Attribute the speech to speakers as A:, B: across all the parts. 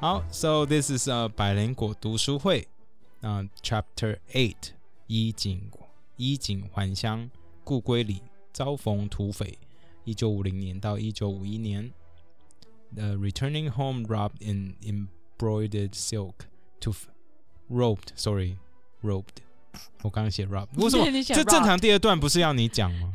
A: 好，So this is 呃百灵果读书会，嗯、c h a p t e r Eight 衣锦衣锦还乡，故归里遭逢土匪，一九五零年到一九五一年。The returning home robed in embroidered silk to f- robed sorry robed，我刚刚写 robed，为 什么？
B: 你写
A: 这正
B: robbed
A: 常第二段不是要你讲吗？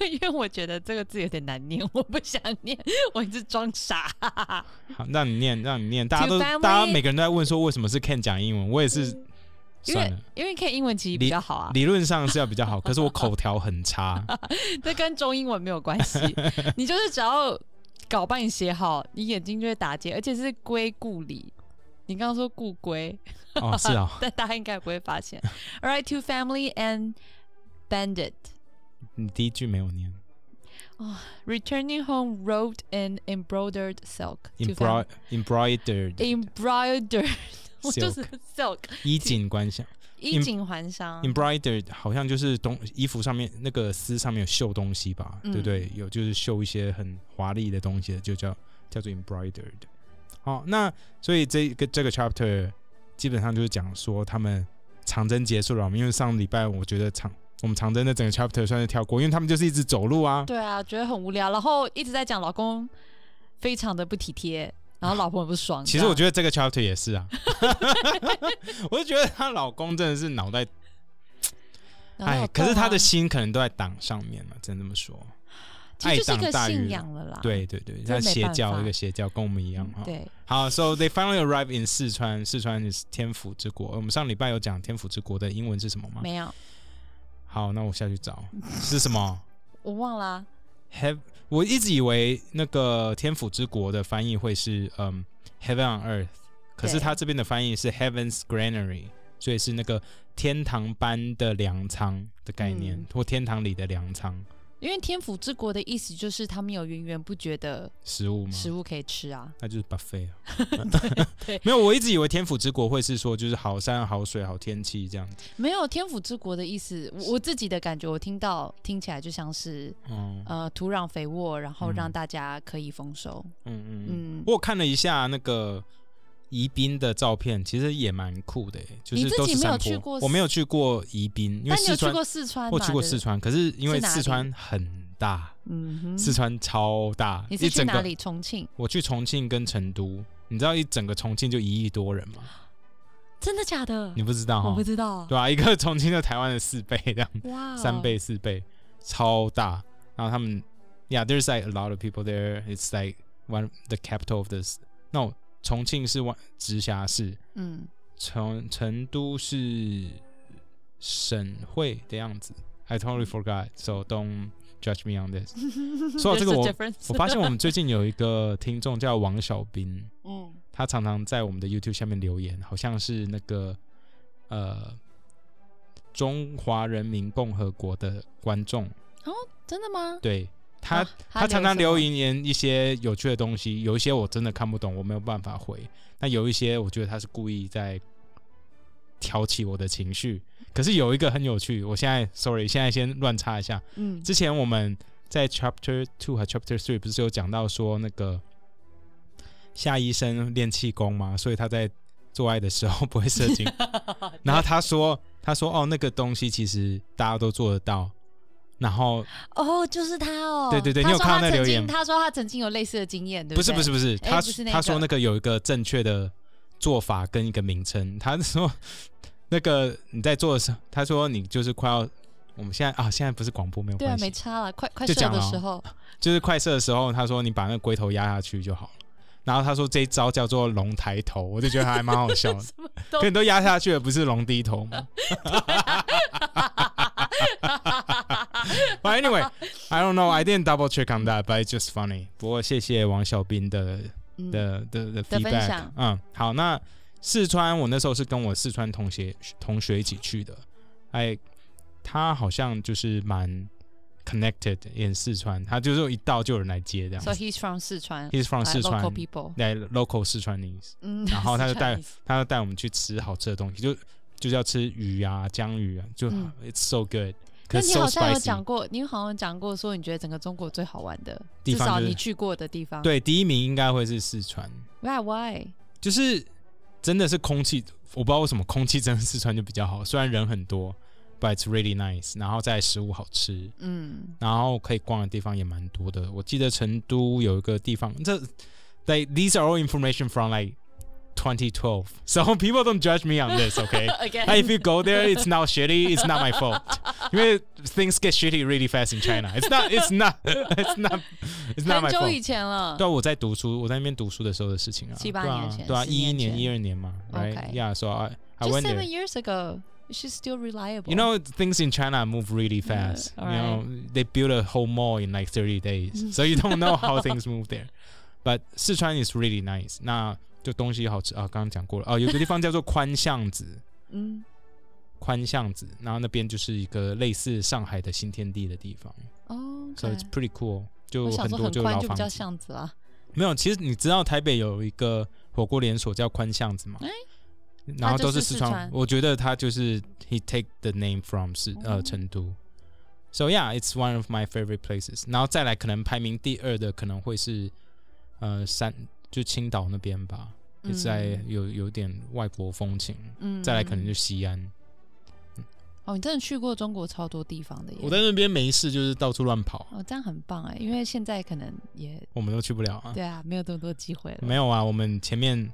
B: 因为我觉得这个字有点难念，我不想念，我一直装傻。
A: 好，让你念，让你念，大家都
B: To family-
A: 大家每个人都在问说为什么是 Ken 讲英文，我也
B: 嗯
A: 是
B: 因
A: 算
B: 为
A: 了。
B: 因为看英文其实比较好啊，
A: 理论上是要比较好，可是我口条很差。
B: 这跟中英文没有关系。你就是只要搞半写好，你眼睛就会打结，而且是归故里。你刚刚说故归，
A: 哦，是啊、
B: 但大家应该不会发现。All right, to family and bandit
A: 你第一句没有念
B: returning home, robed in embroidered silk. To
A: embroid
B: fam- 哎
A: embroidered
B: embroidered，我 就是 silk，
A: 衣锦官箱
B: 衣锦还乡。
A: embroidered 好像就是东衣服上面那个丝上面有绣东西吧，
B: 嗯
A: 对不对？有就是绣一些很华丽的东西的，就叫叫做 embroidered。好，那所以这个这个 chapter 基本上就是讲说他们长征结束了嘛，因为上礼拜我觉得长我们长征的整个 chapter 算是跳过，因为他们就是一直走路啊，
B: 对啊，觉得很无聊，然后一直在讲老公非常的不体贴，然后老婆很不爽。
A: 其实我觉得这个 chapter 也是啊， 我就觉得她老公真的是脑袋，
B: 得
A: 哎，可是她的心可能都在党上面嘛，只能这么说。
B: 啊其实就是一
A: 爱党
B: 个
A: 大于
B: 信仰了啦。
A: 对哦对对，
B: 啊真
A: 她
B: 没
A: 邪
B: 办
A: 教
B: 法嗯
A: 一个邪教，跟我们一样哈。
B: 对，
A: 好，so they finally arrive in 四川，四川是天府之国。我们上礼拜有讲天府之国的英文是什么吗？
B: 没有，
A: 好，那我下去找是什么
B: 我忘了啊。
A: ？Have 我一直以为那个天府之国的翻译会是嗯 Heaven on Earth，可是
B: 对
A: 它这边的翻译是 Heaven's Granary，所以是那个天堂般的粮仓的概念，
B: 嗯
A: 或天堂里的粮仓
B: 因为天府之国的意思就是他们有源源不绝的
A: 食物吗？
B: 食物可以吃啊。
A: 那就是 buffet 啊。
B: 对
A: 没有，我一直以为天府之国会是说就是好山好水好天气这样子。
B: 没有天府之国的意思，我我自己的感觉，我听到听起来就像是
A: 嗯
B: 呃土壤肥沃，然后让
A: 嗯
B: 大家可以丰收。
A: 嗯嗯嗯。
B: 嗯，
A: 我有看了一下那个宜宾的照片，其实也蛮酷的耶，就
B: 你
A: 是
B: 自
A: 都
B: 己
A: 是
B: 没有
A: 山
B: 去
A: 坡。
B: 过
A: 我没有去过宜宾，因为
B: 但你有
A: 四
B: 去
A: 川
B: 过四川吧？
A: 我去过四
B: 对不对，
A: 川，可是因为
B: 是哪里
A: 四川很大，
B: 嗯哼，
A: 四川超大，
B: 你
A: 一
B: 是去
A: 整
B: 哪
A: 个
B: 里？重庆？
A: 我去重庆跟成都，你知道一整个重庆就一亿多人吗？
B: 真的假的？
A: 你不知道
B: 啊我
A: 哈
B: 不？知道。哦
A: 对啊，一个重庆就台湾的四倍这 样。
B: 哇，
A: 三倍四倍，超大。然后他们，Yeah, there's like a lot of people there. It's like one of the capital of this. No，重庆是万直辖市，
B: 嗯，
A: 成成都是省会的样子。I totally forgot, so don't judge me on this. 说到这个
B: There's a
A: 我
B: difference
A: 我发现我们最近有一个听众叫王小兵，
B: 嗯，
A: 他常常在我们的 YouTube 下面留言，好像是那个呃中华人民共和国的观众，
B: 真的吗？
A: 对他、
B: 啊
A: 他常常留
B: 留什么
A: 言一些有趣的东西，有一些我真的看不懂，我没有办法回。那有一些我觉得他是故意在挑起我的情绪，可是有一个很有趣，我现在 sorry，现在先乱插一下。
B: 嗯，
A: 之前我们在 Chapter Two 和 Chapter Three 不是有讲到说那个夏医生练气功吗？所以他在做爱的时候不会射精。然后他说他说哦，那个东西其实大家都做得到。然后
B: 哦，就是他哦，
A: 对对对
B: 他
A: 你有
B: 说
A: 看到
B: 他
A: 那
B: 曾
A: 留言
B: 经他说他曾经有类似的经验，对
A: 不
B: 对？
A: 是不是，不是，
B: 哎
A: 他
B: 不是那
A: 他说
B: 个
A: 那个有一个正确的做法跟一个名称， 他说那个你在做的时候，他说你就是快要我们现在啊，现在不是广播没有
B: 对啊
A: 关，
B: 没
A: 系，
B: 差了，快快
A: 就
B: 射
A: 讲
B: 的
A: 了哦
B: 时候，。
A: 就是快射的时候，他说你把那个龟头压下去就好了。然后他说这一招叫做龙抬头，我就觉得还蛮好笑的
B: 么
A: 可你都压下去了，不是龙低头吗？But anyway, I don't know. I didn't double check on that, but it's just funny. 不过谢谢王小兵的
B: 嗯，
A: 的的的
B: 的分
A: feedback
B: 享。
A: 嗯，好，那四川我那时候是跟我四川同学同学一起去的，哎，他好像就是蛮 connected in 四川，他就是一到就有人来接这样
B: So
A: 子。
B: he's from 四川
A: He's from
B: like
A: 四川
B: 呃 local people，
A: 来 local 四川人，
B: 嗯，
A: 然后他就
B: 四川
A: 带
B: is-
A: 他就带我们去吃好吃的东西，就就是要吃鱼啊、江鱼啊，就、
B: 嗯
A: it's so good，可
B: 那
A: 是
B: 你
A: so
B: 好像有
A: spicy
B: 讲。过，你好像讲过说你觉得整个中国最好玩的，
A: 地
B: 至
A: 方
B: 少
A: 就是
B: 你去过的地方，
A: 对，第一名应该会是四川，
B: ，Why Why？
A: 就是真的是空气，我不知道为什么空气真的四川就比较好，虽然人很多，but it's really nice。然后再来食物好吃，
B: 嗯，
A: 然后可以逛的地方也蛮多的。我记得成都有一个地方，这 like these are all information from like 2012, so people don't judge me on this, okay?
B: again，
A: If you go there, it's not shitty. It's not my fault. 因为 things get shitty really fast in China. It's not. It's not. It's not. It's not my
B: 很久
A: fault.
B: 以前了
A: 对，啊，我在读书，我在那边读书的时候的事情啊，
B: 七八
A: 对啊
B: 年前
A: 对啊，
B: 十
A: 一一
B: 年
A: 年、
B: 前
A: 一二年嘛
B: OK
A: ，right？Yeah, so I I
B: just
A: went there.
B: seven years ago, she's still reliable.
A: You know, things in China move
B: Mm,
A: really fast. You
B: all
A: know, they build a whole mall in like 30 days, so you don't know how things move there. But 四川 is really nice. 那就东西好吃啊，刚刚讲过了哦，有个地方叫做宽巷子。
B: 嗯
A: 宽巷子，然后那边就是一个类似上海的新天地的地方
B: 哦，
A: 所以 so it's pretty cool，就
B: 我想
A: 很
B: 说
A: 多
B: 很
A: 老
B: 宽就比较
A: 房子。
B: 巷子啦。
A: 没有，其实你知道台北有一个火锅连锁叫宽巷子吗？
B: 哎
A: 然后都
B: 它就是
A: 四
B: 四
A: 川，
B: 川
A: 我觉得他就是 he take the name from 是、呃
B: 哦
A: 成都。So yeah, it's one of my favorite places。然后再来可能排名第二的可能会是呃山，就青岛那边吧，
B: 嗯
A: 在有有点外国风情。
B: 嗯
A: 再来可能就西安，
B: 哦，你真的去过中国超多地方的耶。
A: 我在那边没事就是到处乱跑。啊
B: 哦，这样很棒哎，因为现在可能也
A: 我们都去不了啊。
B: 对啊，没有这么多机会了。
A: 没有啊，我们前面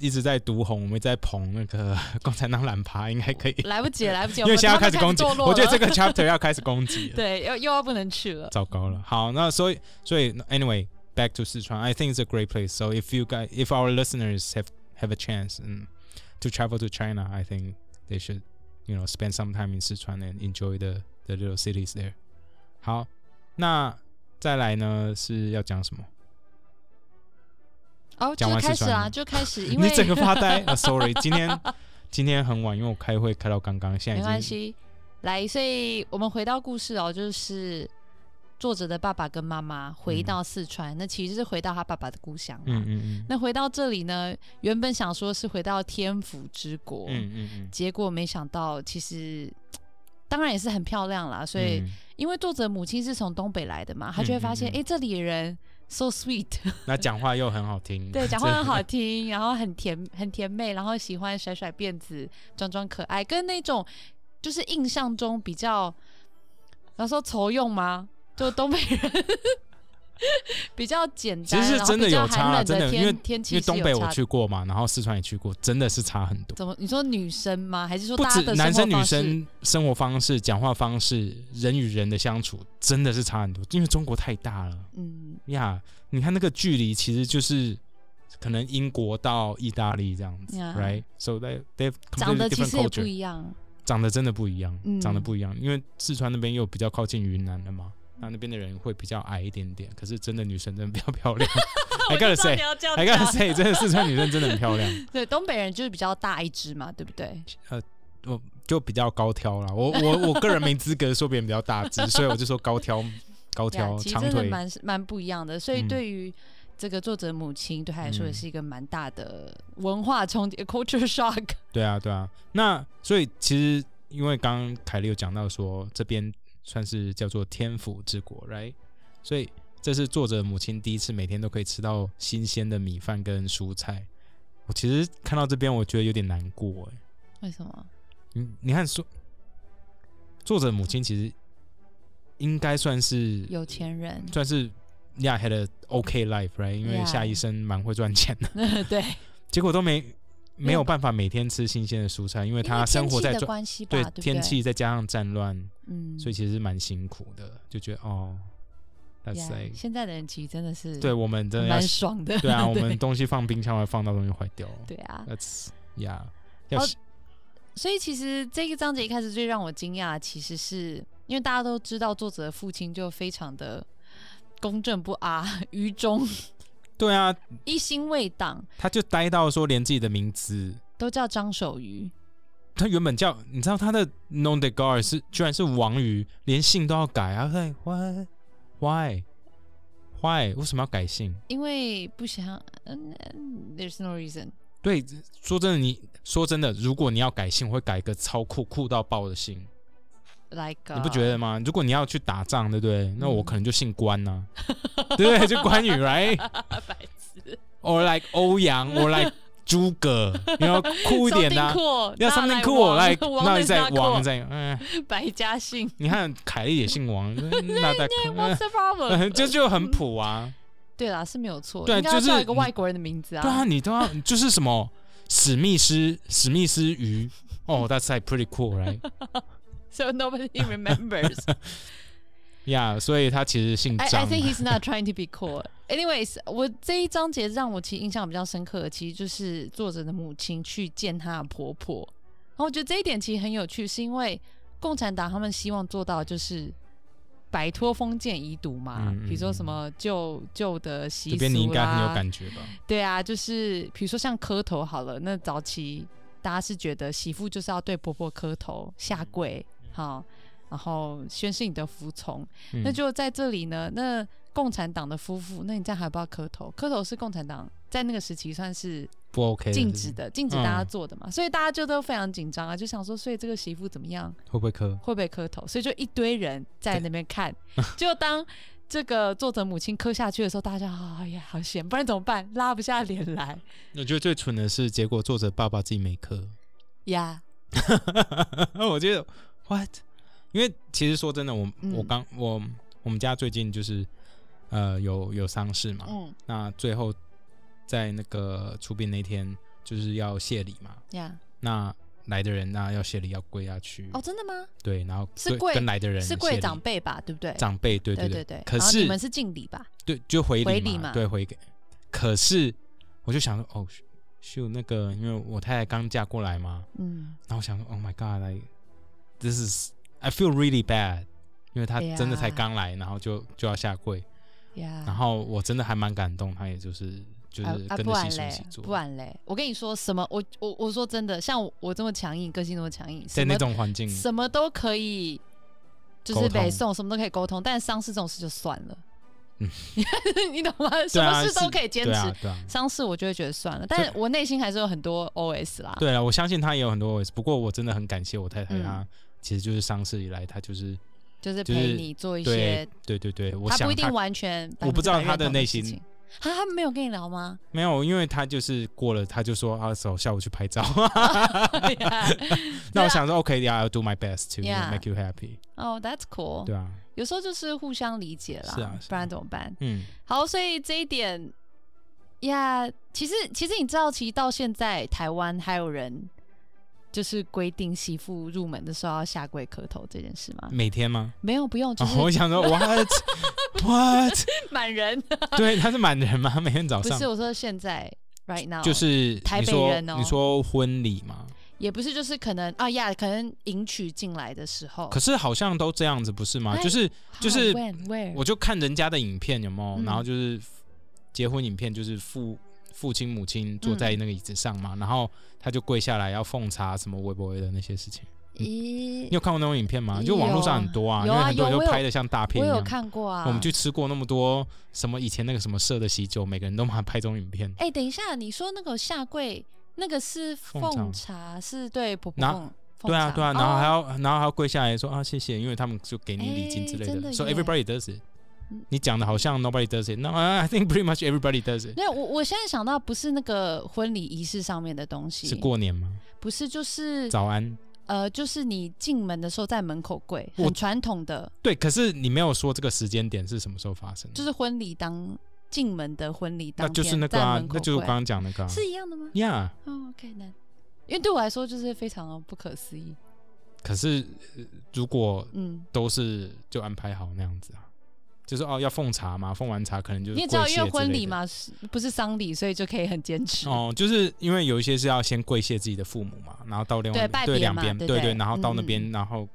A: 一直在独红，我们一直在捧那个 共产党懒爬，应该可以，
B: 来不及了，来不及，
A: 因
B: 我
A: 为
B: 们
A: 现在要
B: 他们
A: 始
B: 始
A: 攻击，
B: 堕落
A: 我觉得这
B: 了
A: 个 chapter 要开始攻击了，
B: 对，又又要不能去了。
A: 糟糕了。好，那所以所以 anyway back to 四川，I think it's a great place. So if you guys, if our listeners have have a chance and to travel to China, I think they should you know spend some time in Sichuan and enjoy the the little cities there. 好，那再来呢是要讲什么？
B: 哦，就
A: 讲完
B: 是开
A: 四
B: 始
A: 川
B: 啦，
A: 了
B: 就 开始，因为
A: 你整个发 呆啊！Sorry，今天今天很晚，因为我开会开到刚刚，现在已
B: 没
A: 经
B: 关系。来，所以我们回到故事哦，就是作者的爸爸跟妈妈回到四川，那其实是回到他爸爸的故乡嘛。
A: 嗯嗯嗯
B: 那回到这里呢，原本想说是回到天府之国，
A: 嗯嗯嗯，
B: 结果没想到其实。当然也是很漂亮啦，所以、
A: 嗯
B: 因为作者母亲是从东北来的嘛，她就会发
A: 嗯
B: 现，
A: 嗯
B: 哎、这里的人 so sweet，
A: 那讲话又很好听，
B: 对，讲话很好听，然后很甜很甜妹，然后喜欢甩甩辫子，装装可爱，跟那种就是印象中比较，然后说愁用吗？就东北人 比较简
A: 其
B: 单，
A: 实是
B: 然后
A: 真的
B: 比较
A: 有差
B: 寒
A: 啦
B: 冷
A: 真的因
B: 天
A: 为
B: 天气
A: 因为
B: 是
A: 东
B: 有
A: 北
B: 差
A: 我
B: 的
A: 去过嘛，然后四川也去过，真的是差很多，
B: 怎么你说女生吗？还是说
A: 不
B: 大家
A: 止
B: 的
A: 男
B: 生
A: 生
B: 活
A: 女
B: 方式
A: 生生活方式、讲话方式、人与人的相处，真的是差很多，因为中国太大了
B: 嗯，
A: 呀。你看那个距离，其实就是可能英国到意大利这样子
B: 呀
A: ，right？So they they've
B: 长
A: completely
B: 得其
A: different
B: 实也
A: culture
B: 不。一样。
A: 长得真的不一样，
B: 嗯
A: 长得不一样，因为四川那边又比较靠近云南了嘛，
B: 嗯
A: 那那边的人会比较矮一点点，可是真的女生真的比较漂 亮。I gotta
B: 知道
A: say,
B: 要啊这
A: I
B: 样
A: gotta
B: 讲
A: say，真的四川女生真的很漂亮，
B: 对，东北人就是比较大一只嘛，对不对？
A: 我就比较高挑啦。我我我个人没资格说别人比较大只，所以我就说高挑高
B: 对啊
A: 挑
B: 其实
A: 长
B: 真的
A: 腿。
B: 蛮蛮不一样的。所以
A: 嗯
B: 对于这个作者母亲，对她来说也
A: 嗯
B: 是一个蛮大的文化冲击 （culture shock）。
A: 对啊，对啊。那所以其实因为刚刚凯莉有讲到说，这边算是叫做天府之国，right？所以这是作者母亲第一次每天都可以吃到新鲜的米饭跟蔬菜。我其实看到这边，我觉得有点难过哎。
B: 为什么？
A: 你你看说，作者母亲其实应该算是
B: 有钱人
A: 算是 yeah had a okay life right，因为
B: Yeah
A: 夏医生蛮会赚钱的，
B: 对，
A: 结果都没没
B: 因为
A: 有办法每天吃新鲜的蔬菜，因为他生活在
B: 因
A: 专
B: 为天气的关系吧，
A: 对
B: 对不对
A: 天，气再加上战乱，
B: 嗯，
A: 所以
B: 以
A: 其实是蛮辛苦的，就觉得哦，that's like，
B: 现在的人其实真的是
A: 对我们真的要
B: 蛮爽的。
A: 对啊，我们东西放冰箱会放到东西坏掉
B: 对啊，
A: ，that's yeah，要
B: 哦
A: 是
B: 所以其实这个章节一开始最让我惊讶的，其实是因为大家都知道作者的父亲就非常的公正不阿、愚忠、
A: 对啊，
B: 一心为党，
A: 他就呆到说连自己的名字，
B: 都叫张守愚。
A: 他原本叫你知道他的 non de gar 是居然是王宇，连姓都要改啊，like why why why 为什么要改姓？
B: 因为不想，嗯嗯，there's no reason。
A: 对，说真的你，说真的，如果你要改姓，我会改一个超酷酷到爆的姓。
B: Like，
A: 你不觉
B: 得？
A: 得吗？如果你要去打仗，对不对？那我可能就姓关呐、对不对？就关羽，right？
B: 呃白痴，
A: or like 欧阳，or like 诸葛，你 要酷一点的、啊
B: Something。cool，
A: 要 something cool like，那
B: 那
A: 你在王在，嗯，
B: 百 家姓
A: 你看凯莉也姓 王，那大
B: ，What's
A: 可
B: the problem？
A: 嗯， 就就很普啊。
B: 对啦，是没有错，
A: 对
B: 应该要
A: 就是
B: 叫一个外国人的名字
A: 对啊，你都要就是什么史密斯史密斯鱼哦、t h a t s like pretty cool, right?
B: So nobody remembers.
A: Yeah，所以他其实姓
B: I,
A: 张啊
B: I think he's not trying to be cool. Anyways，我这一章节让我其实印象比较深刻的，其实就是作者的母亲去见她的婆婆。然后我觉得这一点其实很有趣，是因为共产党他们希望做到的就是摆脱封建遗毒嘛，
A: 嗯嗯
B: 比如说什么旧旧的习
A: 这
B: 俗啦，
A: 边你应该很有感觉吧？
B: 对啊，就是比如说像磕头好了，那早期大家是觉得媳妇就是要对婆婆磕头下跪，好，然后宣誓你的服从。
A: 嗯
B: 那就在这里呢，那共产党的夫妇，那你这样还要不要磕头？磕头是共产党在那个时期算是
A: 不 OK，
B: 禁
A: 是
B: 止
A: 不
B: 的，禁止大
A: 嗯
B: 家做的嘛，所以大家就都非常紧张啊，就想说，所以这个媳妇怎么样？
A: 是会不会磕？
B: 会不会磕头，所以就一堆人在那边看。 就当这个作者母亲磕下去的时候，大家啊、哎呀好险，不然怎么办？拉不下脸来
A: 我觉得最蠢的是，结果作者爸爸自己没磕。
B: 呀。
A: 我觉得 what？因为其实说真的，我、
B: 嗯
A: 我刚我我们家最近就是呃有有丧事嘛，
B: 嗯
A: 那最后在那个出殡那天就是要谢礼嘛，
B: 呀，
A: 那来的人那要谢礼要跪下去，
B: 哦，真的吗？
A: 对，然后
B: 是
A: 对
B: 跪
A: 跟来的人
B: 是贵
A: 谢礼
B: 长辈吧，对不对？
A: 长辈，对
B: 对
A: 对
B: 对。
A: 可
B: 然后你们
A: 是
B: 是敬礼吧？
A: 对就回
B: 回
A: 礼
B: 礼嘛
A: 对回给，可是我就想说哦。秀那个，因为我太太刚嫁过来嘛，
B: 嗯，
A: 然后我想说，Oh my God，like this is I feel really bad，因为他真的才
B: Yeah.
A: 刚来，然后就就要下跪，
B: 呀。
A: 然后我真的还蛮感动，他也就是就是
B: 啊啊，
A: 跟
B: 不
A: 着习
B: 然
A: 俗一
B: 嘞
A: 起，做，
B: 不然嘞，我跟你说什么？我我我说真的，像我我这么强硬，个性这么强硬，
A: 在
B: 什么
A: 那种环境，
B: 什么都可以，就
A: 沟
B: 是
A: 通
B: 北宋什么都可以沟通，但丧事这种事就算了。
A: 嗯
B: 你懂吗？什
A: 对啊
B: 么事都可以坚
A: 对
B: 持
A: 啊，，对啊，
B: 丧事我就会觉得算了，但我内心还是有很多 OS 啦。
A: 对啊，我相信他也有很多 OS，不过我真的很感谢我太太，
B: 嗯
A: 她其实就是丧事以来，她就是
B: 就是
A: 就
B: 陪
A: 是
B: 你做一些
A: 对，对对对，我
B: 他
A: 想
B: 不一定
A: 她
B: 完全，
A: 我不知道他
B: 的
A: 的内心
B: 事情。啊，他没有跟你 聊吗？
A: 没有，因为她就是过了，她就说啊，走，下午去拍照。
B: 啊
A: 那我想说，OK，yeah，I'll do my best to
B: Yeah.
A: make you happy。
B: 哦，That's cool
A: 对。啊，
B: 有时候就是互相理解啦，
A: 是啊是啊
B: 不然怎么办？
A: 嗯，
B: 好，所以这一点呀，其实其实你知道，其实到现在台湾还有人就是规定媳妇入门的时候要下跪磕头这件事吗？
A: 每天吗？
B: 没有，不用，就
A: 哦
B: 是，
A: 嗯我想说，what what？
B: 满人，
A: 对，他是满人吗？每 天早
B: 不
A: 上
B: 是我说现在 right now
A: 就是
B: 台
A: 你
B: 北
A: 说
B: 人哦
A: 你说婚礼嘛？
B: 也不是，就是可能啊呀，可能迎娶进来的时候，
A: 可是好像都这样子，不是吗？
B: 哎
A: 就是就是
B: How, when where
A: 我就看人家的影片有没有，
B: 嗯
A: 然后就是结婚影片，就是父父亲母亲坐
B: 嗯
A: 在那个椅子上嘛，然后他就跪下来要奉茶什么微博的那些事情。
B: 咦
A: 你，有看过那种影片吗？
B: 有
A: 就网络上很多啊，因
B: 有啊
A: 为很多人
B: 有
A: 都
B: 我有
A: 拍的像大片
B: 我
A: 一
B: 有
A: 样。
B: 看过啊，
A: 我们去吃过那么多什么以前那个什么社的喜酒，每个人都嘛拍这种影片。
B: 哎、等一下，你说那个下跪，那个是奉
A: 奉
B: 茶，是对婆婆
A: 拿
B: 奉奉
A: 对啊，
B: 茶
A: 对啊，然后还
B: 哦
A: 要然后还要跪下来说啊谢谢，因为他们就给你礼金之类
B: 哎真的
A: 所以
B: 耶
A: everybody does it
B: 嗯。
A: 你讲的好像 nobody does it，那、I think pretty much everybody does it。
B: 没有，我我现在想到不是那个婚礼仪式上面的东
A: 是
B: 西，
A: 过年吗？
B: 不是就是
A: 早安。
B: 呃，就是你进门的时候在门口跪，
A: 我
B: 很传统的，
A: 对，可是你没有说这个时间点是什么时候发生的，
B: 就是婚礼当进门的婚礼当
A: 那
B: 天
A: 就是那个啊
B: 在门，口
A: 那就是我
B: 跪
A: 刚刚讲那个、啊。
B: 是一样的吗？
A: 呀
B: 哦，OK，那因为对我来说就是非常的不可思议，
A: 可是、呃如果
B: 嗯。
A: 都是就安排好那样子啊，就是哦要奉茶嘛，奉完茶可能就是
B: 你也知道，
A: 跪谢
B: 因为婚
A: 之类
B: 礼
A: 的。
B: 嘛，是不是丧礼，所以就可以很坚持。
A: 哦，就是因为有一些是要先跪谢自己的父母嘛，然后到另外
B: 对拜别
A: 两
B: 嘛
A: 边，
B: 对
A: 对
B: 对
A: 然后到那
B: 嗯
A: 边，然后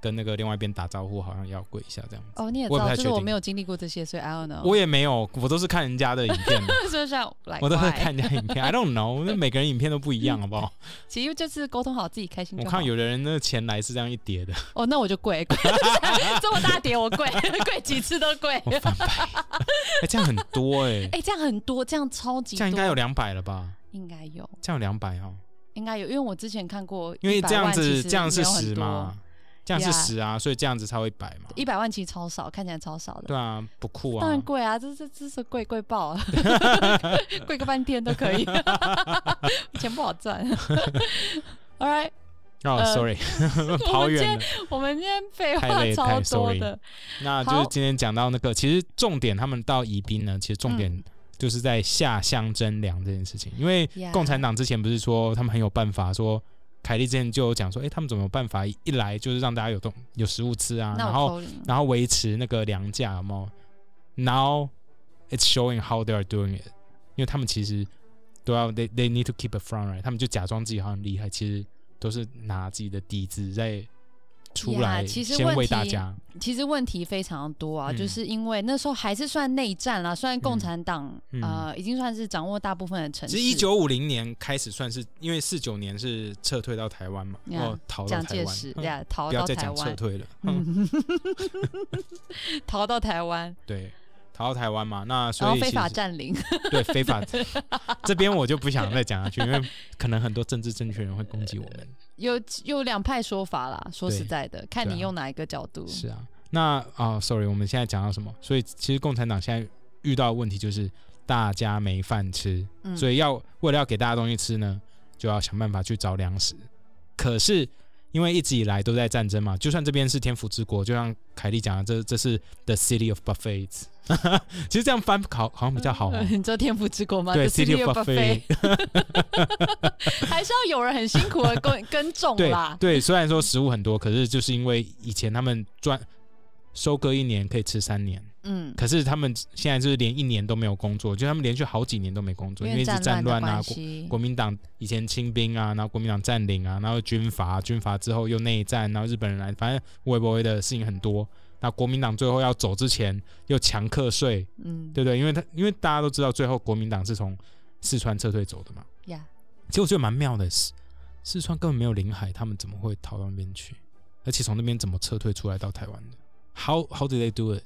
A: 跟那个另外一边打招呼，好像要跪一下这样子。
B: 哦，你也
A: 我
B: 知
A: 也不
B: 道，
A: 太
B: 就
A: 确
B: 是我
A: 定
B: 没有经历过这些，所以 I don't know。
A: 我也没有，我都是看人家的影片 嘛，
B: 就像 like
A: 我都是
B: why
A: 看人家影片，I don't know，那每个人影片都不一样，好不 好？
B: 其实就是沟通好自己开心
A: 我
B: 就好。
A: 看有的人那个钱来是这样一叠 的，
B: 哦，那我就跪，跪这么大叠我跪，跪几次都跪。
A: 我翻白眼，哎、这样很多哎、
B: 哎、这样很多，这样超级
A: 这
B: 多，
A: 样应该有两百了吧？
B: 应该有，
A: 这样有两百哦，
B: 应该有，因为我之前看过100万，
A: 因为这样
B: 其
A: 子
B: 实
A: 这样是
B: 没有很
A: 十
B: 多
A: 嘛，这样是
B: Yeah
A: 十啊，所以这样子才会百嘛。
B: 一百万其实超少，看起来超少的。
A: 对啊，不酷
B: 当然
A: 啊。
B: 贵啊，这这这是贵贵爆了，贵个半天都 可以，钱不好赚。All right，
A: 哦、
B: 呃
A: s o r r y 跑远了。
B: 我们今天废
A: 太
B: 话
A: 累
B: 超
A: 太
B: 多
A: sorry
B: 的，
A: 那就
B: 好
A: 是今天讲到那个，其实重点他们到宜宾呢，其实
B: 嗯
A: 重点就是在下乡征粮这件事情，因为
B: Yeah
A: 共产党之前不是说他们很有办法说。凯莉之前就有讲说，哎、他们怎么有办法一一来就是让大家有东有食物吃啊，
B: 那
A: 然
B: 我
A: 后
B: 扣零。
A: 然后维持那个粮价，有没有？Now it's showing how they are doing it，因为他们其实都要 they they need to keep it from right，他们就假装自己好像很厉害，其实都是拿自己的底子在出
B: Yeah，
A: 来
B: 其实
A: 先
B: 问
A: 为大
B: 题
A: 家。
B: 其实问题非常多啊，
A: 嗯
B: 就是因为那时候还是算内战啦，虽然共产党、
A: 嗯
B: 呃已经算是掌握大部分的城市，
A: 其实一九五零年开始算是，因为四九年是撤退到台湾嘛，
B: Yeah，
A: 然后逃到
B: 蒋
A: 台
B: 介
A: 湾
B: 石，
A: 嗯
B: 呀、逃
A: 不要
B: 到
A: 再
B: 台
A: 讲撤
B: 湾，
A: 退了，嗯
B: 嗯， 逃到台湾，
A: 对，逃到台湾嘛，那所
B: 然后
A: 以
B: 非
A: 其
B: 法
A: 实
B: 占领，
A: 对非法 这边我就不想再讲下去，因为可能很多政治正确人会攻击我 们。
B: 有有两派说法啦。说
A: 对
B: 实在的，看
A: 对
B: 你
A: 啊
B: 用哪一个角度。
A: 是啊，那啊、s o r r y 我们现在讲到什么？所以其实共产党现在遇到的问题就是大家没饭吃，
B: 嗯。
A: 所以要为了要给大家东西吃呢，就要想办法去找粮食。可是因为一直以来都在战争嘛，就算这边是天府之国，就像凯莉讲的，这这是 the city of buffets，其实这样翻考好像比较好、哦
B: 你知道天府之国吗？
A: 对
B: 嗯 The
A: ，City
B: City
A: of
B: of
A: Buffet，
B: Buffet 还是要有人很辛苦的耕耕种
A: 对
B: 啦。
A: 对，虽然说食物很多，可是就是因为以前他们赚收割一年可以吃三年，
B: 嗯，
A: 可是他们现在就是连一年都没有工作，就他们连续好几年都没工作，因为一直战
B: 乱的
A: 乱啊
B: 关，系
A: 国，国民党以前清兵啊，然后国民党占领啊，然后军阀，军阀之后又内战，然后日本人来，反正无微不微的事情很多。那国民党最后要走之前又强课税，
B: 嗯，
A: 对不对？因为他因为大家都知道，最后国民党是从四川撤退走的嘛。
B: 呀，
A: 其实我觉得蛮妙的是，四川根本没有领海，他们怎么会逃到那边去？而且从那边怎么撤退出来到台湾的？How how did they do it？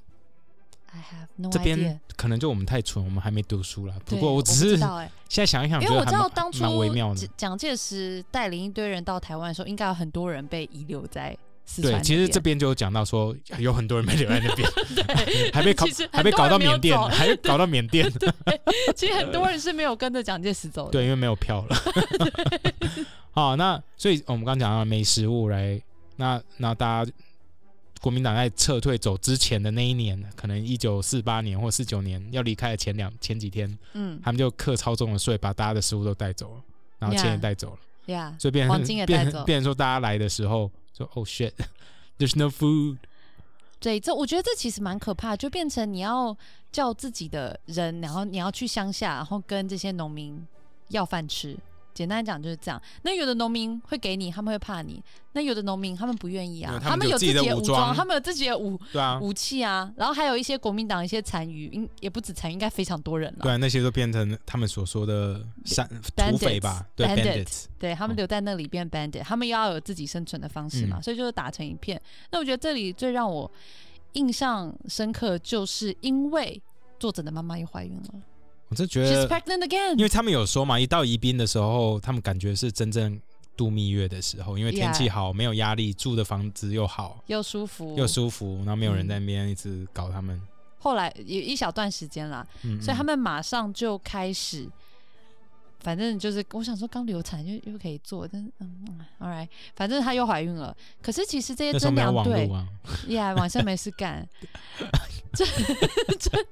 B: I have no
A: 这
B: idea
A: 边。可能就我们太蠢，我们还没读书啦。不
B: 对
A: 过
B: 我
A: 只
B: 不
A: 是
B: 知道哎，
A: 现在想一想，
B: 因
A: 觉
B: 为
A: 得
B: 我
A: 还
B: 知道
A: 蛮
B: 当初
A: 蛮微妙的
B: 蒋。蒋介石带领一堆人到台湾的时候，应该有很多人被遗留在四川
A: 对，
B: 那
A: 其实
B: 边
A: 这边就有讲到 说，有很多人被留在那边，
B: 对，
A: 还被搞
B: 其实
A: 还被
B: 很多
A: 搞
B: 人
A: 到
B: 没有
A: 缅甸，
B: 走
A: 还 被搞到缅甸。
B: 其实很多人是没有跟着蒋介石走的。
A: 对，因为没有票 了。好，那所以我们刚刚讲到没食物来，那那大家国民党在撤退走之前的那一年，可能一九四八年或四九年要离开的前两前几天，
B: 嗯
A: 他们就课超重的税，把大家的食物都带走了，然后钱也
B: Yeah
A: 带走了。
B: ，Yeah，
A: 所以变
B: 黄
A: 成
B: 金也
A: 变
B: 带走
A: 成变成说大家来的时候说 Oh shit，there's no food。
B: 对，这我觉得这其实蛮可怕的，就变成你要叫自己的人，然后你要去乡下，然后跟这些农民要饭吃。简单讲就是这样。那有的农民会给你，他们会怕你；那有的农民他们不愿意啊
A: 对，他
B: 他
A: 们
B: 们
A: 有
B: 有
A: 自己的
B: 的
A: 武
B: 武
A: 装
B: 他们有自己的武
A: 对啊，
B: 武器啊。然后还有一些国民党一些残余，应也不止残余，应该非常多人了。
A: 对啊，那些都变成他们所说的山土匪吧？对
B: Bandits，
A: ，bandits。
B: 对他
A: 嗯
B: 们留在那里变 bandit，他们又要有自己生存的方式嘛，
A: 嗯
B: 所以就是打成一片。那我觉得这里最让我印象深刻，就是因为作者的妈妈又怀孕了、
A: 我真觉
B: s h e s
A: 得，
B: pregnant
A: 因
B: again。
A: 为他们有说嘛，一到宜宾的时候，他们感觉是真正度蜜月的时候，因为天气
B: Yeah 哦
A: 好，没有压力，住的房子又好，
B: 又舒服，
A: 又舒服，然后没有
B: 嗯
A: 人在那边一直搞他们。
B: 后来有一小段时间啦，
A: 嗯，
B: 所以他
A: 们
B: 们马上就开始，反正就是我想说刚流产又又可以做，但是嗯嗯，all right，反正她又怀孕了。可是其实这些
A: 那时候
B: 真
A: 没有
B: 良
A: 网
B: 对
A: 络啊，
B: 呀，晚上没事干。真真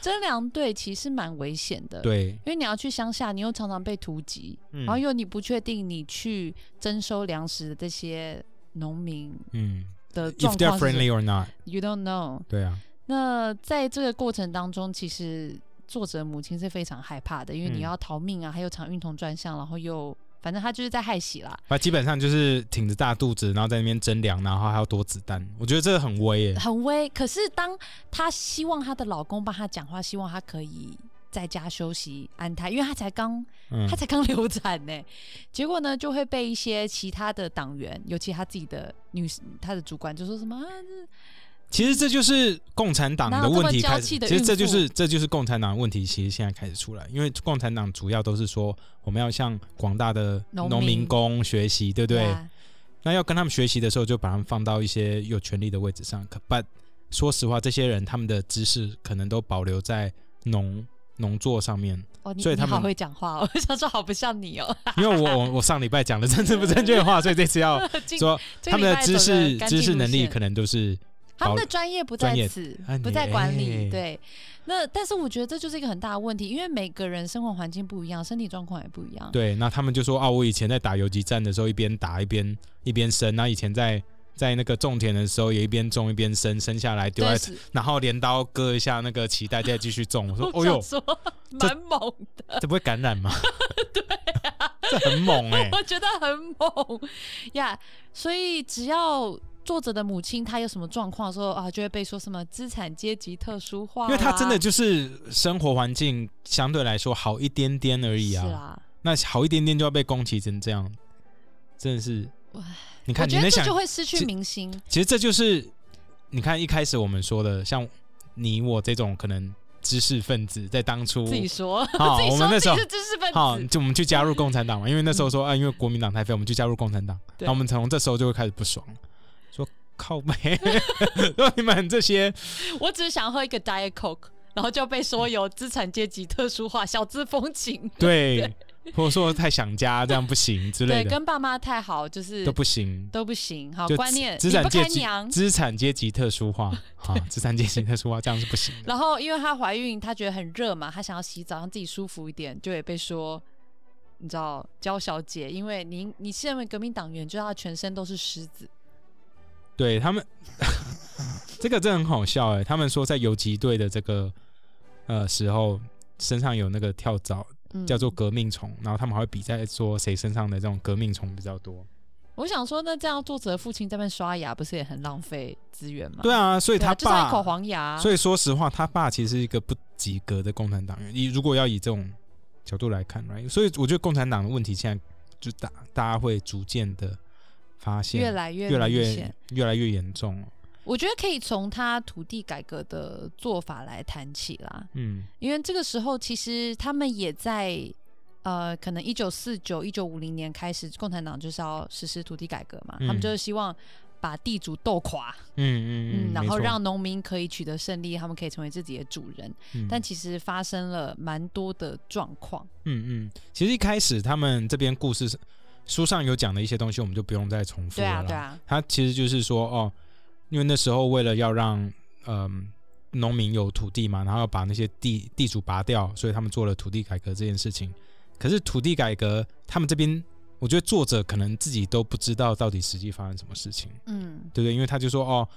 B: 真两队其实蛮危险的，，
A: 对，
B: 因为你要去乡下，你又常常被突击，
A: 嗯
B: 呃然后又你不确定你去征收粮食的这些农民
A: 嗯
B: 的
A: ，if
B: 状
A: they're
B: 况是什么
A: friendly or not，
B: ，you don't know。
A: 对啊，
B: 那在这个过程当中，其实作者母亲是非常害怕的，因为
A: 嗯
B: 你要逃命啊，还有抢孕童专项，然后又反正他就是在害喜啦，
A: 那基本上就是挺着大肚子，然后在那边征粮，然后还要躲子弹，我觉得这个很威耶。
B: 很威。可是当她希望她的老公帮她讲话，希望她可以在家休息安胎，因为她才刚
A: 嗯
B: 她，才刚 流产呢、结果呢就会被一些其他的党员，尤其她自己的女她的主管就说什么啊，
A: 其实这就是共产党的问题开始，
B: 哪有这么娇气的
A: 其实这就
B: 孕妇
A: 是这就是共产党的问题，其实现在开始出来，因为共产党主要都是说我们要向广大的
B: 农民
A: 农民工学习，对不对？
B: 啊
A: 那要跟他们学习的时候，就把他们放到一些有权利的位置上。可 but 说实话，这些人他们的知识可能都保留在农农作上 面，
B: 哦，你
A: 所以他
B: 你
A: 们
B: 好会讲话、哦，我想说好不像你哦。
A: 因为我我我上礼拜讲的政治不正确的话，所以这次要
B: 进
A: 说
B: 这
A: 他
B: 礼
A: 们的
B: 拜
A: 知
B: 走得
A: 识
B: 干净
A: 知识
B: 路
A: 能力
B: 线
A: 可能都是
B: 他们
A: 保
B: 的专业不
A: 专
B: 在
A: 业
B: 此
A: 啊，
B: 不
A: 你
B: 在管理。
A: 哎
B: 对，那但是我觉得这就是一个很大的问题，因为每个人生活环境不一样，身体状况也不一样。
A: 对，那他们就说啊，我以前在打游击战的时候，一边打一边一边生，那以前在在那个种田的时候，也一边种一边生，生下来丢
B: 对，
A: 在，
B: 是
A: 然后镰刀割一下那个脐带，再继续种。我说，
B: 我
A: 哦
B: 想
A: 呦，
B: 说蛮猛的，
A: 这不会感 染吗？对啊， 这很猛哎、
B: 我觉得很猛呀。所以只要作者的母亲她有什么状况的时候啊，就会被说什么资产阶级特殊化
A: 因
B: 啦，
A: 为他真的就是生活环境相对来说好一点点而已
B: 是
A: 啊，
B: 啊。
A: 那好一点点就要被攻击成这样，真的是
B: 哇。
A: 你
B: 我
A: 看，你
B: 觉得
A: 能
B: 这
A: 想
B: 就会失去
A: 这
B: 明星，
A: 其实这就是你看一开始我们说的，像你我这种可能知识分子，在当初
B: 自己说，
A: 好
B: 自己
A: 我
B: 说
A: 们那
B: 自
A: 时候
B: 己是知识分
A: 好，
B: 子，
A: 就我们去加入共产党嘛，因为那时候说啊，因为国民党太废，我们去加入共产党，
B: 嗯对
A: 那我们从这时候就会开始不爽，说靠 背，说你们这些
B: 我只是想喝一个 Diet Coke，然后就被说有资产阶级特殊化、小资风情，
A: 对，或者说太想家，这样不行之类
B: 对，
A: 的
B: 跟爸妈太好，就是
A: 都不行。
B: 都不行。好
A: 就
B: 观念，
A: 资
B: 离
A: 资产
B: 不
A: 阶
B: 开
A: 级
B: 娘。
A: 资产阶级特殊化啊，资产阶级特殊化这样是不行的。
B: 然后因为她怀孕，她觉得很热嘛，她想要洗澡让自己舒服一点，就也被说。你知道娇小姐，因为你你身为革命党员，就要全身都是虱子，
A: 对他们，这个真的很好笑哎、他们说在游击队的这个呃时候，身上有那个跳蚤
B: 嗯
A: 叫做革命虫，然后他们还会比赛说谁身上的这种革命虫比较多。
B: 我想说，那这样作者的父亲在那边刷牙，不是也很浪费资源吗？
A: 对啊，所以
B: 对啊，
A: 他
B: 就算一口
A: 爸，
B: 黄牙，
A: 所以说实话，他爸其实是一个不及格的共产党员。你如果要以这种角度来看，right？所以我觉得共产党的问题现在就大大家会逐渐的发现，
B: 越来越
A: 越来
B: 明显
A: 越越来越严重了。
B: 我觉得可以从他土地改革的做法来谈起啦，
A: 嗯，
B: 因为这个时候其实他们也在呃，可能一九四九、一九五零年开始，共产党就是要实施土地改革嘛，
A: 嗯
B: 他们就是希望把地主斗垮，
A: 嗯嗯嗯，
B: 然后
A: 没错
B: 让农民可以取得胜利，他们可以成为自己的主人。
A: 嗯
B: 但其实发生了蛮多的状况，
A: 嗯嗯，其实一开始他们这边故事是书上有讲的一些东西，我们就不用再重复
B: 对
A: 了啦。
B: 啊，对啊，
A: 他其实就是说，哦，因为那时候为了要让嗯、农民有土地嘛，然后要把那些地地主拔掉，所以他们做了土地改革这件事情。可是土地改革，他们这边我觉得作者可能自己都不知道到底实际发生什么事情，
B: 嗯，
A: 对不对？因为他就说，哦，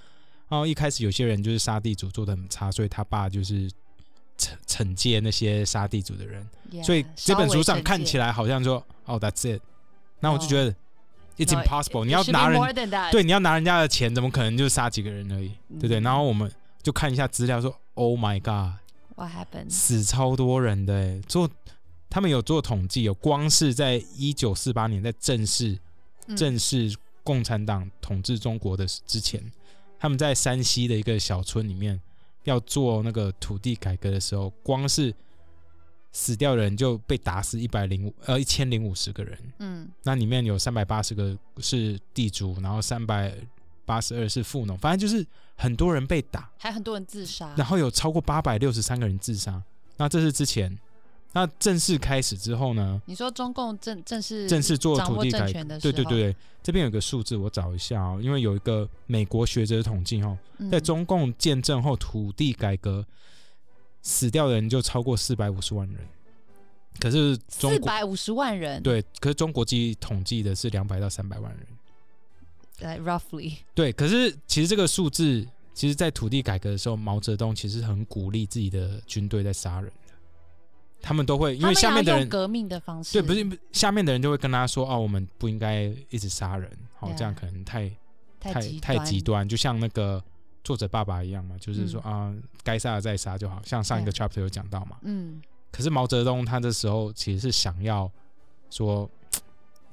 A: 哦，一开始有些人就是杀地主做的很差，所以他爸就是惩惩戒那些杀地主的人。
B: yeah，
A: 所以这本书上看起
B: 来
A: 来好像说，哦，That's it。那我就觉得 It's
B: 哦 No,
A: impossible。你要拿人，
B: 对
A: 对，你要拿人家的钱，怎么可能就杀几个人而已，对不对？
B: 嗯
A: 然后我们就看一下资料说，Oh my God，
B: ，What happened？
A: 死超多人的欸，做他们有做统计，有光是在一九四八年在正式
B: 嗯
A: 正式共产党统治中国的之前，他们在山西的一个小村里面要做那个土地改革的时候，光是死掉的人就被打死一百零五呃一千零五十个人，
B: 嗯
A: 那里面有三百八十个是地主，然后三百八十二是富农，反正就是很多人被打，
B: 还很多人自杀，
A: 然后有超过八百六十三个人自杀。那这是之前，那正式开始之后呢？
B: 你说中共正正式
A: 正式做
B: 掌
A: 土
B: 握
A: 地
B: 政
A: 改
B: 权的时
A: 对
B: 候，
A: 对对，对这边有个数字，我找一下哦，因为有一个美国学者统计哦，
B: 嗯
A: 在中共建政后土地改革，死掉的人就超过四百五十万人，可是中
B: 四
A: 国
B: 百五十万人，
A: 对，可是中国籍统计的是两百到三百万人，
B: 来 roughly，
A: 对，可是其实这个数字，其实在土地改革的时候，毛泽东其实很鼓励自己的军队在杀人的，他们都会因为
B: 他们
A: 下面
B: 要
A: 的
B: 用
A: 人
B: 革命的方式，
A: 对，不是不是下面的人就会跟他说：“哦，我们不应该一直杀人，好、
B: Yeah
A: 这样可能太
B: 啊太
A: 太极
B: 端，
A: 端。”就像那个作者爸爸一样嘛，就是说啊、该杀的再杀就好。像上
B: 啊
A: 一个 chapter 有讲到嘛。
B: 嗯，
A: 可是毛泽东他这时候其实是想要说，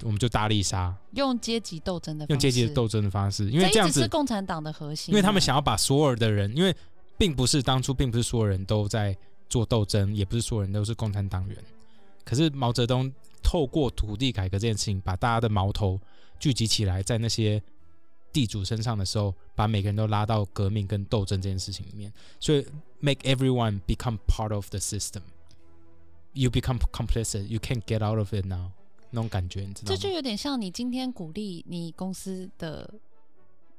A: 我们就大力杀，
B: 用阶级斗争的方式，
A: 用阶级的斗争的方式，因为
B: 一
A: 这样
B: 直
A: 子
B: 是共产党的核心啊，
A: 因为他们想要把所有的人，因为并不是当初并不是所有人都在做斗争，也不是所有人都是共产党员。可是毛泽东透过土地改革这件事情，把大家的矛头聚集起来在那些地主身上的时候，把每个人都拉到革命跟斗争这件事情里面，所以 make everyone become part of the system。You become complicit. You can't get out of it now. 那种感觉，你知道
B: 这
A: 吗？
B: 就有点像你今天鼓励你公司的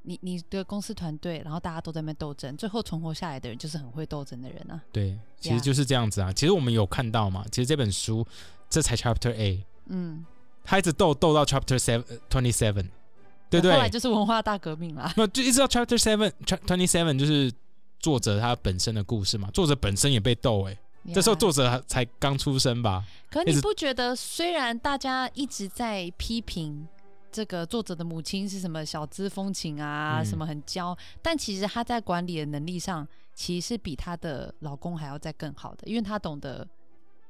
B: 你你的公司团队，然后大家都在那边斗争，最后存活下来的人就是很会斗争的人啊。
A: 对，其实
B: Yeah
A: 就是这样子啊。其实我们有看到嘛，其实这本书这才 Chapter A，
B: 嗯，
A: 他一直斗斗到 Chapter Seven 呃 Twenty Seven，对不
B: 后
A: 对？
B: 来就是文化大革命啦。
A: 没有，就一直到 Chapter Seven Twenty Seven 就是作者他本身的故事嘛。作者本身也被斗哎、这时候
B: Yeah
A: 作者才刚出生吧？
B: 可
A: 一
B: 你
A: 直
B: 不觉得，虽然大家一直在批评这个作者的母亲是什么小资风情啊，
A: 嗯
B: 什么很娇，但其实她在管理的能力上，其实是比她的老公还要再更好的，因为她懂得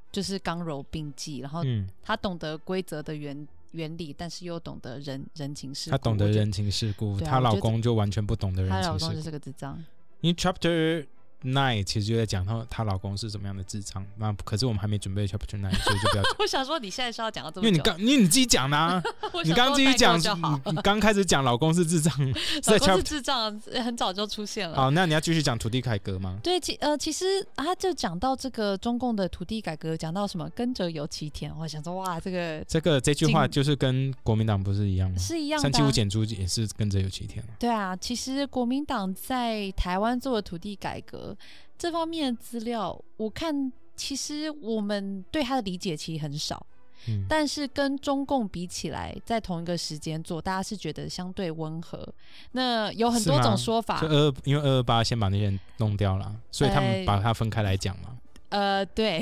B: 就是刚柔并济，然后
A: 嗯，
B: 她懂得规则的原原理，但是又懂得人人情世故。
A: 她懂得人情世故，
B: 对啊
A: 她
B: 我
A: 老
B: 觉得
A: 公就完全不懂得
B: 我觉得，
A: 人
B: 她
A: 情
B: 老
A: 世
B: 公就
A: 故。
B: 是个智障。
A: 因为 Chapter Nine 其实就在讲她她老公是怎么样的智障。那可是我们还没准备 Chapter Nine，所以 就不要讲。
B: 我想说，你现在是要讲到这
A: 因为
B: 么久，
A: 你刚，因为你自己讲的啊。
B: 我
A: 你
B: 想
A: 刚刚
B: 说
A: 自己
B: 代购
A: 讲是，
B: 就好，
A: 你你刚开始讲老公是智 障，是在啊
B: 老公
A: chapter。
B: 是智障，很早就出现了。
A: 好，那你要继续讲土地改革吗？
B: 对，其呃，其实啊，就讲到这个中共的土地改革，讲到什么跟着有其田，我想说哇，这个
A: 这个这句话
B: 进
A: 就是跟国民党不是一样吗？
B: 是一样的、
A: 三
B: 啊。
A: 七五减租也是跟着有其天啊
B: 对啊，其实国民党在台湾做的土地改革这方面的资料，我看其实我们对它的理解其实很少，
A: 嗯，
B: 但是跟中共比起来，在同一个时间做，大家是觉得相对温和。那有很
A: 是
B: 多
A: 吗
B: 种说法
A: 就，二因为二二八先把那些人弄掉了，所以他们
B: 哎
A: 把它分开来讲嘛。
B: 呃，对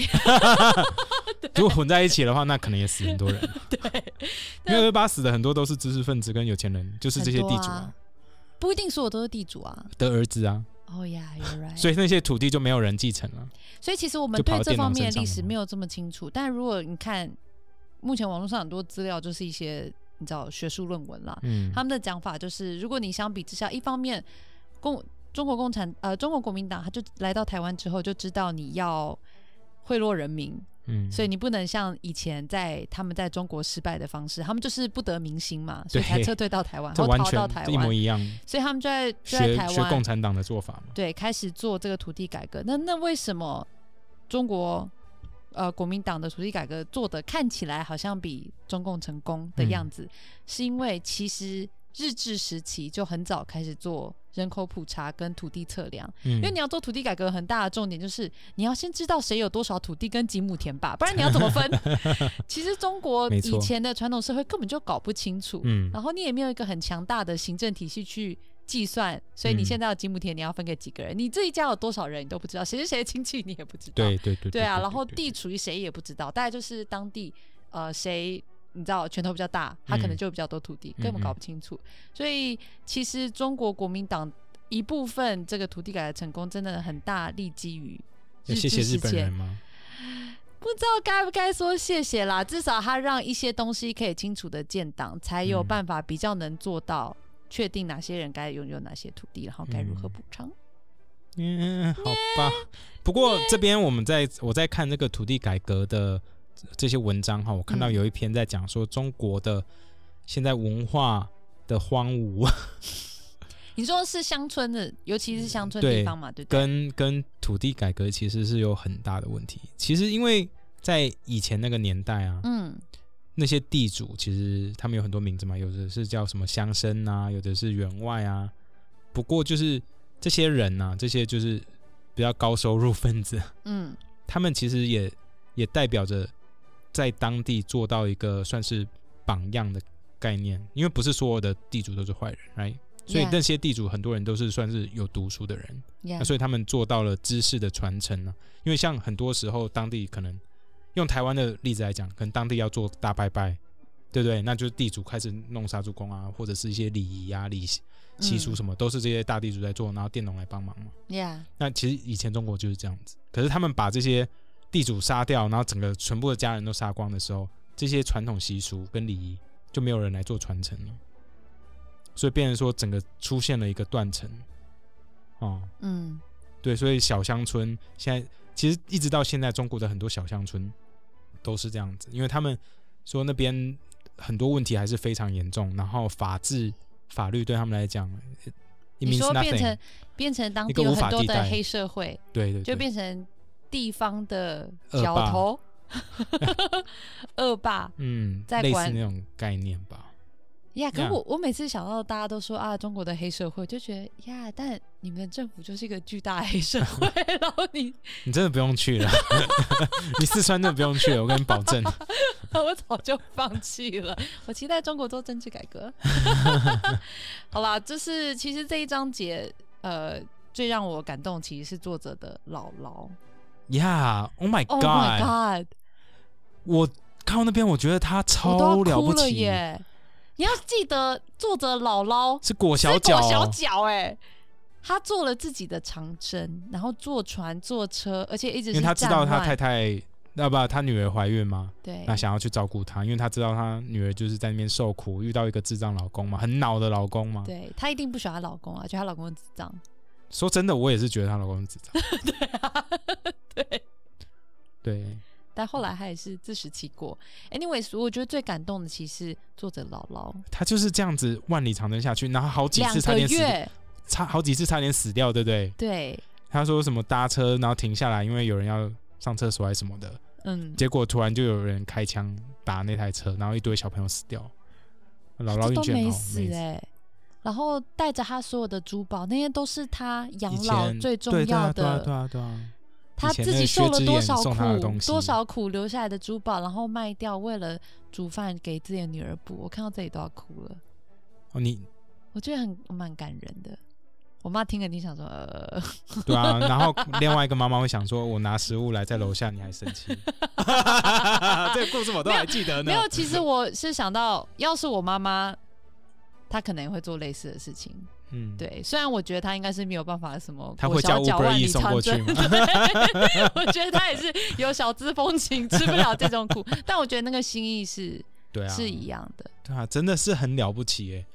A: 如果混在一起的话，那可能也死很多人，
B: 对，
A: 因为二二八死的很多都是知识分子跟有钱人，就是这些地
B: 很
A: 主
B: 多
A: 啊
B: 啊不一定所有都是地主啊。
A: 的儿子啊，
B: 哦呀，You're right。
A: 所以那些土地就没有人继承了。
B: 所以其实我们
A: 就跑
B: 对
A: 到
B: 这
A: 电脑
B: 方面
A: 身
B: 的历
A: 上
B: 史
A: 了吗
B: 没有这么清楚，但如果你看目前网络上很多资料，就是一些你知道学术论文啦，
A: 嗯，
B: 他们的讲法就是，如果你相比之下，一方面共中国共产呃中国国民党他就来到台湾之后就知道你要贿赂人民，
A: 嗯，
B: 所以你不能像以前在他们在中国失败的方式，他们就是不得民心嘛，所以才
A: 对
B: 撤退到台湾，
A: 这
B: 然后
A: 完
B: 逃
A: 全
B: 到台
A: 这一模
B: 湾，
A: 一样，
B: 所以他们就在就在
A: 学
B: 台
A: 学
B: 湾
A: 共产党的做法嘛。
B: 对，开始做这个土地改革。那那为什么中国呃国民党的土地改革做的看起来好像比中共成功的
A: 嗯
B: 样子？是因为其实日治时期就很早开始做人口普查跟土地测量，
A: 嗯
B: 因为你要做土地改革，很大的重点就是你要先知道谁有多少土地跟几亩田吧，不然你要怎么 分？其实中国
A: 没错
B: 以前的传统社会根本就搞不清楚，
A: 嗯
B: 然后你也没有一个很强大的行政体系去计算，所以你
A: 嗯
B: 现在要吉姆田，你要分给几个人，你这一家有多少人你都不知道，谁是谁的亲戚你也不知道，
A: 对对对
B: 对啊，然后
A: 对
B: 地处于谁也不知道，大概就是当地呃谁你知道拳头比较大，他可能
A: 嗯
B: 就有比较多土地，
A: 嗯
B: 根本
A: 嗯
B: 搞不清楚。所以其实中国国民党一部分这个土地改革成功，真的很大力基于
A: 要
B: 日
A: 谢
B: 治
A: 谢日
B: 时
A: 本人
B: 期。
A: 吗？
B: 不知道该不该说谢谢啦，至少他让一些东西可以清楚的建档，才有
A: 嗯
B: 办法比较能做到确定哪些人该拥有哪些土地，然后该如何
A: 嗯
B: 补偿。
A: 嗯，好吧。不过这边我们在我在看这个土地改革的这些文章哈，我看到
B: 嗯
A: 有一篇在讲说中国的现在文化的荒芜
B: 你说是乡村的，尤其是乡村
A: 对
B: 地方嘛，对不对？
A: 跟跟土地改革其实是有很大的问题。其实因为在以前那个年代啊，
B: 嗯，
A: 那些地主其实他们有很多名字嘛，有的是叫什么乡绅啊，有的是员外啊。不过就是这些人呐、啊，这些就是比较高收入分子，
B: 嗯
A: 他们其实也也代表着在当地做到一个算是榜样的概念，因为不是所有的地主都是坏人，right？所以
B: Yeah
A: 那些地主很多人都是算是有读书的人，
B: ，yeah,
A: 那所以他们做到了知识的传承呢、因为像很多时候当地可能用台湾的例子来讲，可能当地要做大拜拜，对不对？那就是地主开始弄杀猪工啊，或者是一些礼仪啊、礼习俗什么，都是这些大地主在做，然后佃农来帮忙嘛。
B: 嗯、，yeah，
A: 那其实以前中国就是这样子，可是他们把这些地主杀掉，然后整个全部的家人都杀光的时候，这些传统习俗跟礼仪就没有人来做传承了，所以变成说整个出现了一个断层。哦，
B: 嗯
A: 对，所以小乡村现在其实一直到现在，中国的很多小乡村都是这样子，因为他们说那边很多问题还是非常严重，然后法治法律对他们来讲，it
B: 你
A: means
B: 说变
A: nothing
B: 成。变成当
A: 一
B: 地
A: 个
B: 有
A: 无法
B: 很多
A: 地
B: 的
A: 带
B: 黑社会，
A: 对对
B: 就
A: 对，
B: 变成地方的
A: 恶
B: 小
A: 霸
B: 头、恶霸。
A: 嗯，
B: 在
A: 类似
B: 管
A: 那种概念吧。
B: 呀、可
A: 呀
B: 我我每次想到大家都说啊，中国的黑社会，就觉得呀但你们的政府就是一个巨大的黑社 会，然后你
A: 你真的不用去了， 你四川真的不用去了，我跟你保证。
B: 我早就放弃了。我期待中国做政治改革。 好啦，就是其实这一章节，呃，最让我感动其实是作者的姥姥。
A: Yeah，Oh my
B: Oh
A: God，,
B: my god！
A: 我看到那边，我觉得他
B: 我都要
A: 超
B: 哭
A: 了不
B: 了
A: 起，
B: 耶！你要记得作者姥姥
A: 是裹小脚、
B: 是裹小
A: 哦，
B: 脚哎、他做了自己的长征，然后坐船、坐车，而且一直
A: 因
B: 是
A: 为他知道他
B: 战
A: 太
B: 乱
A: 太，啊不，他女儿怀孕嘛，
B: 对
A: 那想要去照顾她，因为他知道他女儿就是在那边受苦，遇到一个智障老公嘛，很恼的老公嘛。
B: 对，她一定不喜欢她老公啊，觉得她老公是智障。
A: 说真的，我也是觉得她老公是智 障。
B: 啊对，
A: 对，
B: 但后来她也是自食其果。Anyways，我觉得最感动的其实是作者姥姥，
A: 他就是这样子万里长征下去，然后好几
B: 两
A: 次差
B: 个
A: 点死，
B: 月，
A: 差好几次差点死掉，对不对？
B: 对，
A: 他说什么搭车然后停下来，因为有人要上厕所还是什么的，
B: 嗯，
A: 结果突然就有人开枪打那台车，然后一堆小朋友死掉。姥姥
B: 这
A: 运
B: 都
A: 气很
B: 没
A: 好，
B: 死
A: 哦没
B: 哎、然后带着她所有的珠宝，那些都是她
A: 以
B: 养老
A: 前
B: 最重
A: 对对
B: 要
A: 啊
B: 的。
A: 对啊对啊对啊，
B: 他
A: 以前
B: 自
A: 那
B: 己
A: 个
B: 受
A: 薛
B: 了
A: 之
B: 多
A: 燕
B: 少
A: 送他的
B: 苦
A: 东，西
B: 多少苦留下来的珠宝，然后卖掉，为了煮饭给自己的女儿补。我看到这里都要哭了，
A: 哦你
B: 我觉得很蛮感人的。我妈听了，你想说，呃，
A: 对啊， 然后另外一个妈妈会想说，我拿食物来在楼下，你还生 气？这个故事我都还记得呢。
B: 没有。其实我是想到，要是我妈妈，她可能也会做类似的事情。
A: 嗯，，
B: 对，虽然我觉得她应该是没有办法什么，
A: 他会叫
B: 五
A: Uber E 送过去吗？
B: 我觉得她也是有小资风情，吃不了这种苦。 但我觉得那个心意是、
A: 对啊，
B: 是一样的。
A: 对啊，真的是很了不起耶。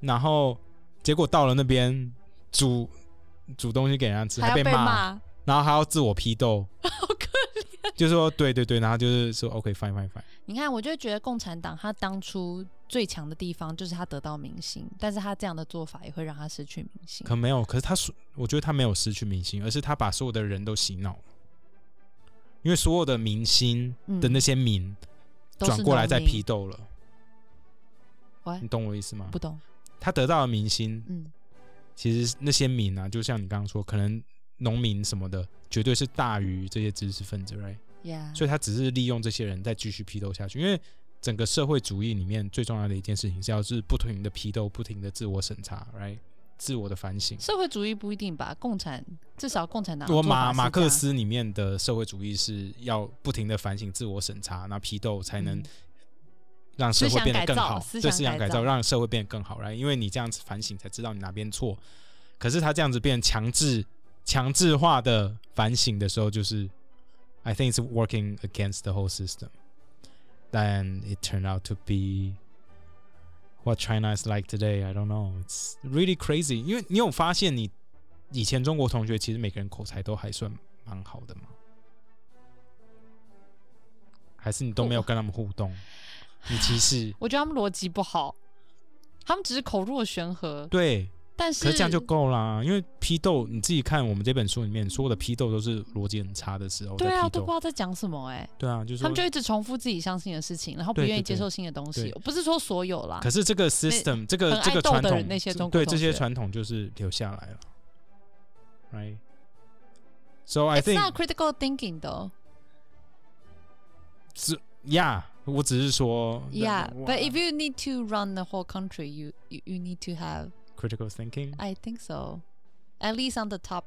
A: 然后结果到了那边煮煮东西给人家吃，
B: 还要
A: 被
B: 被骂，
A: 然后还要自我批斗，
B: 好可
A: 就说对对对，然后就是说 OK fine fine fine，
B: 你看，我就觉得共产党他当初最强的地方就是他得到民心，但是他这样的做法也会让他失去民心。
A: 可没有，可是他说，我觉得他没有失去民心，而是他把所有的人都洗脑了，因为所有的明星的那些民
B: 嗯都是
A: 转过来再
B: 农民
A: 批斗了，
B: What？
A: 你懂我意思吗
B: 不？懂，
A: 他得到了民心，
B: 嗯，
A: 其实那些民啊，就像你刚刚说，可能农民什么的，绝对是大于这些知识分子，right？
B: 呀、
A: 所以他只是利用这些人再继续批斗下去，因为整个社会主义里面最重要的一件事情是要是不停的批斗，不停的自我审查，right？自我的反省。
B: 社会主义不一定吧，共产至少共产党的
A: 我
B: 做
A: 马
B: 法是
A: 马
B: 这
A: 克
B: 样
A: 思里面的社会主义是要不停的反省、自我审查，然后批斗才能
B: 嗯
A: 让社会变得更好，对
B: 思想改造思
A: 思想
B: 想改
A: 改
B: 造
A: 造让社会变得更好来，因为你这样子反省才知道你哪边错。可是他这样子变强制、强制化的反省的时候，就是 I think it's working against the whole system. Then it turned out to be what China is like today. I don't know. It's really crazy. 因为你有发现，你以前中国同学其实每个人口才都还算蛮好的吗？还是你都没
B: 哦
A: 有跟他们互动？你歧视？
B: 我觉得他们逻辑不好，他们只是口若悬河，
A: 对，
B: 但是
A: 可是这样就够啦。因为批斗，你自己看我们这本书里面所有的批斗都是逻辑很差的时候在
B: 对啊，
A: 批
B: 都不知
A: 斗。
B: 道在讲什么哎、
A: 对啊，就是
B: 他们就
A: 说。
B: 一直重复自己相信的事情，然后不
A: 对
B: 愿意
A: 对
B: 接
A: 对
B: 受新的东西。
A: 对
B: 我不是说所有啦
A: 可，是这个 system，这个
B: 很
A: 这
B: 爱
A: 个
B: 斗
A: 传
B: 的
A: 统，
B: 人那些
A: 这
B: 中国
A: 对
B: 同
A: 这些
B: 学
A: 传统就是留下来了，right。So I
B: it's
A: think
B: not critical thinking 的哦。
A: 是 yeah，我只是说
B: Yeah,
A: 我
B: but if you need to run the whole country, you, you you need to have,
A: critical thinking
B: I think so, at least on the top.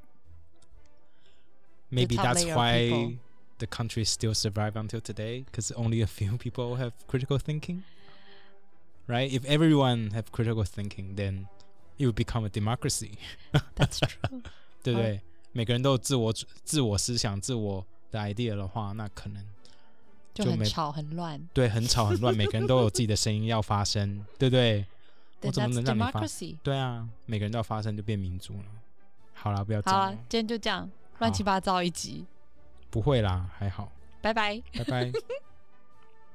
A: maybe
B: top
A: that's
B: layer of
A: why
B: people.
A: the country still survive until today because only a few people have critical thinking. Right? If everyone have critical thinking, then it would become a democracy.
B: That's true.
A: 对不对？每个人都有自我主、自我思想、自我的 idea 的话，那可能
B: 就
A: 就
B: 很
A: 没
B: 吵很乱。
A: 对很吵很乱，每个人都有自己的声音要发声，对不 对？我
B: Then
A: 怎么
B: that's
A: 能让你发？
B: democracy。
A: 对啊，每个人都要发声，就变民主了。好啦，不要
B: 好啊
A: 讲，了，
B: 今天就这样，乱七八糟一集，
A: 不会啦，还好，
B: 拜拜。
A: 拜拜。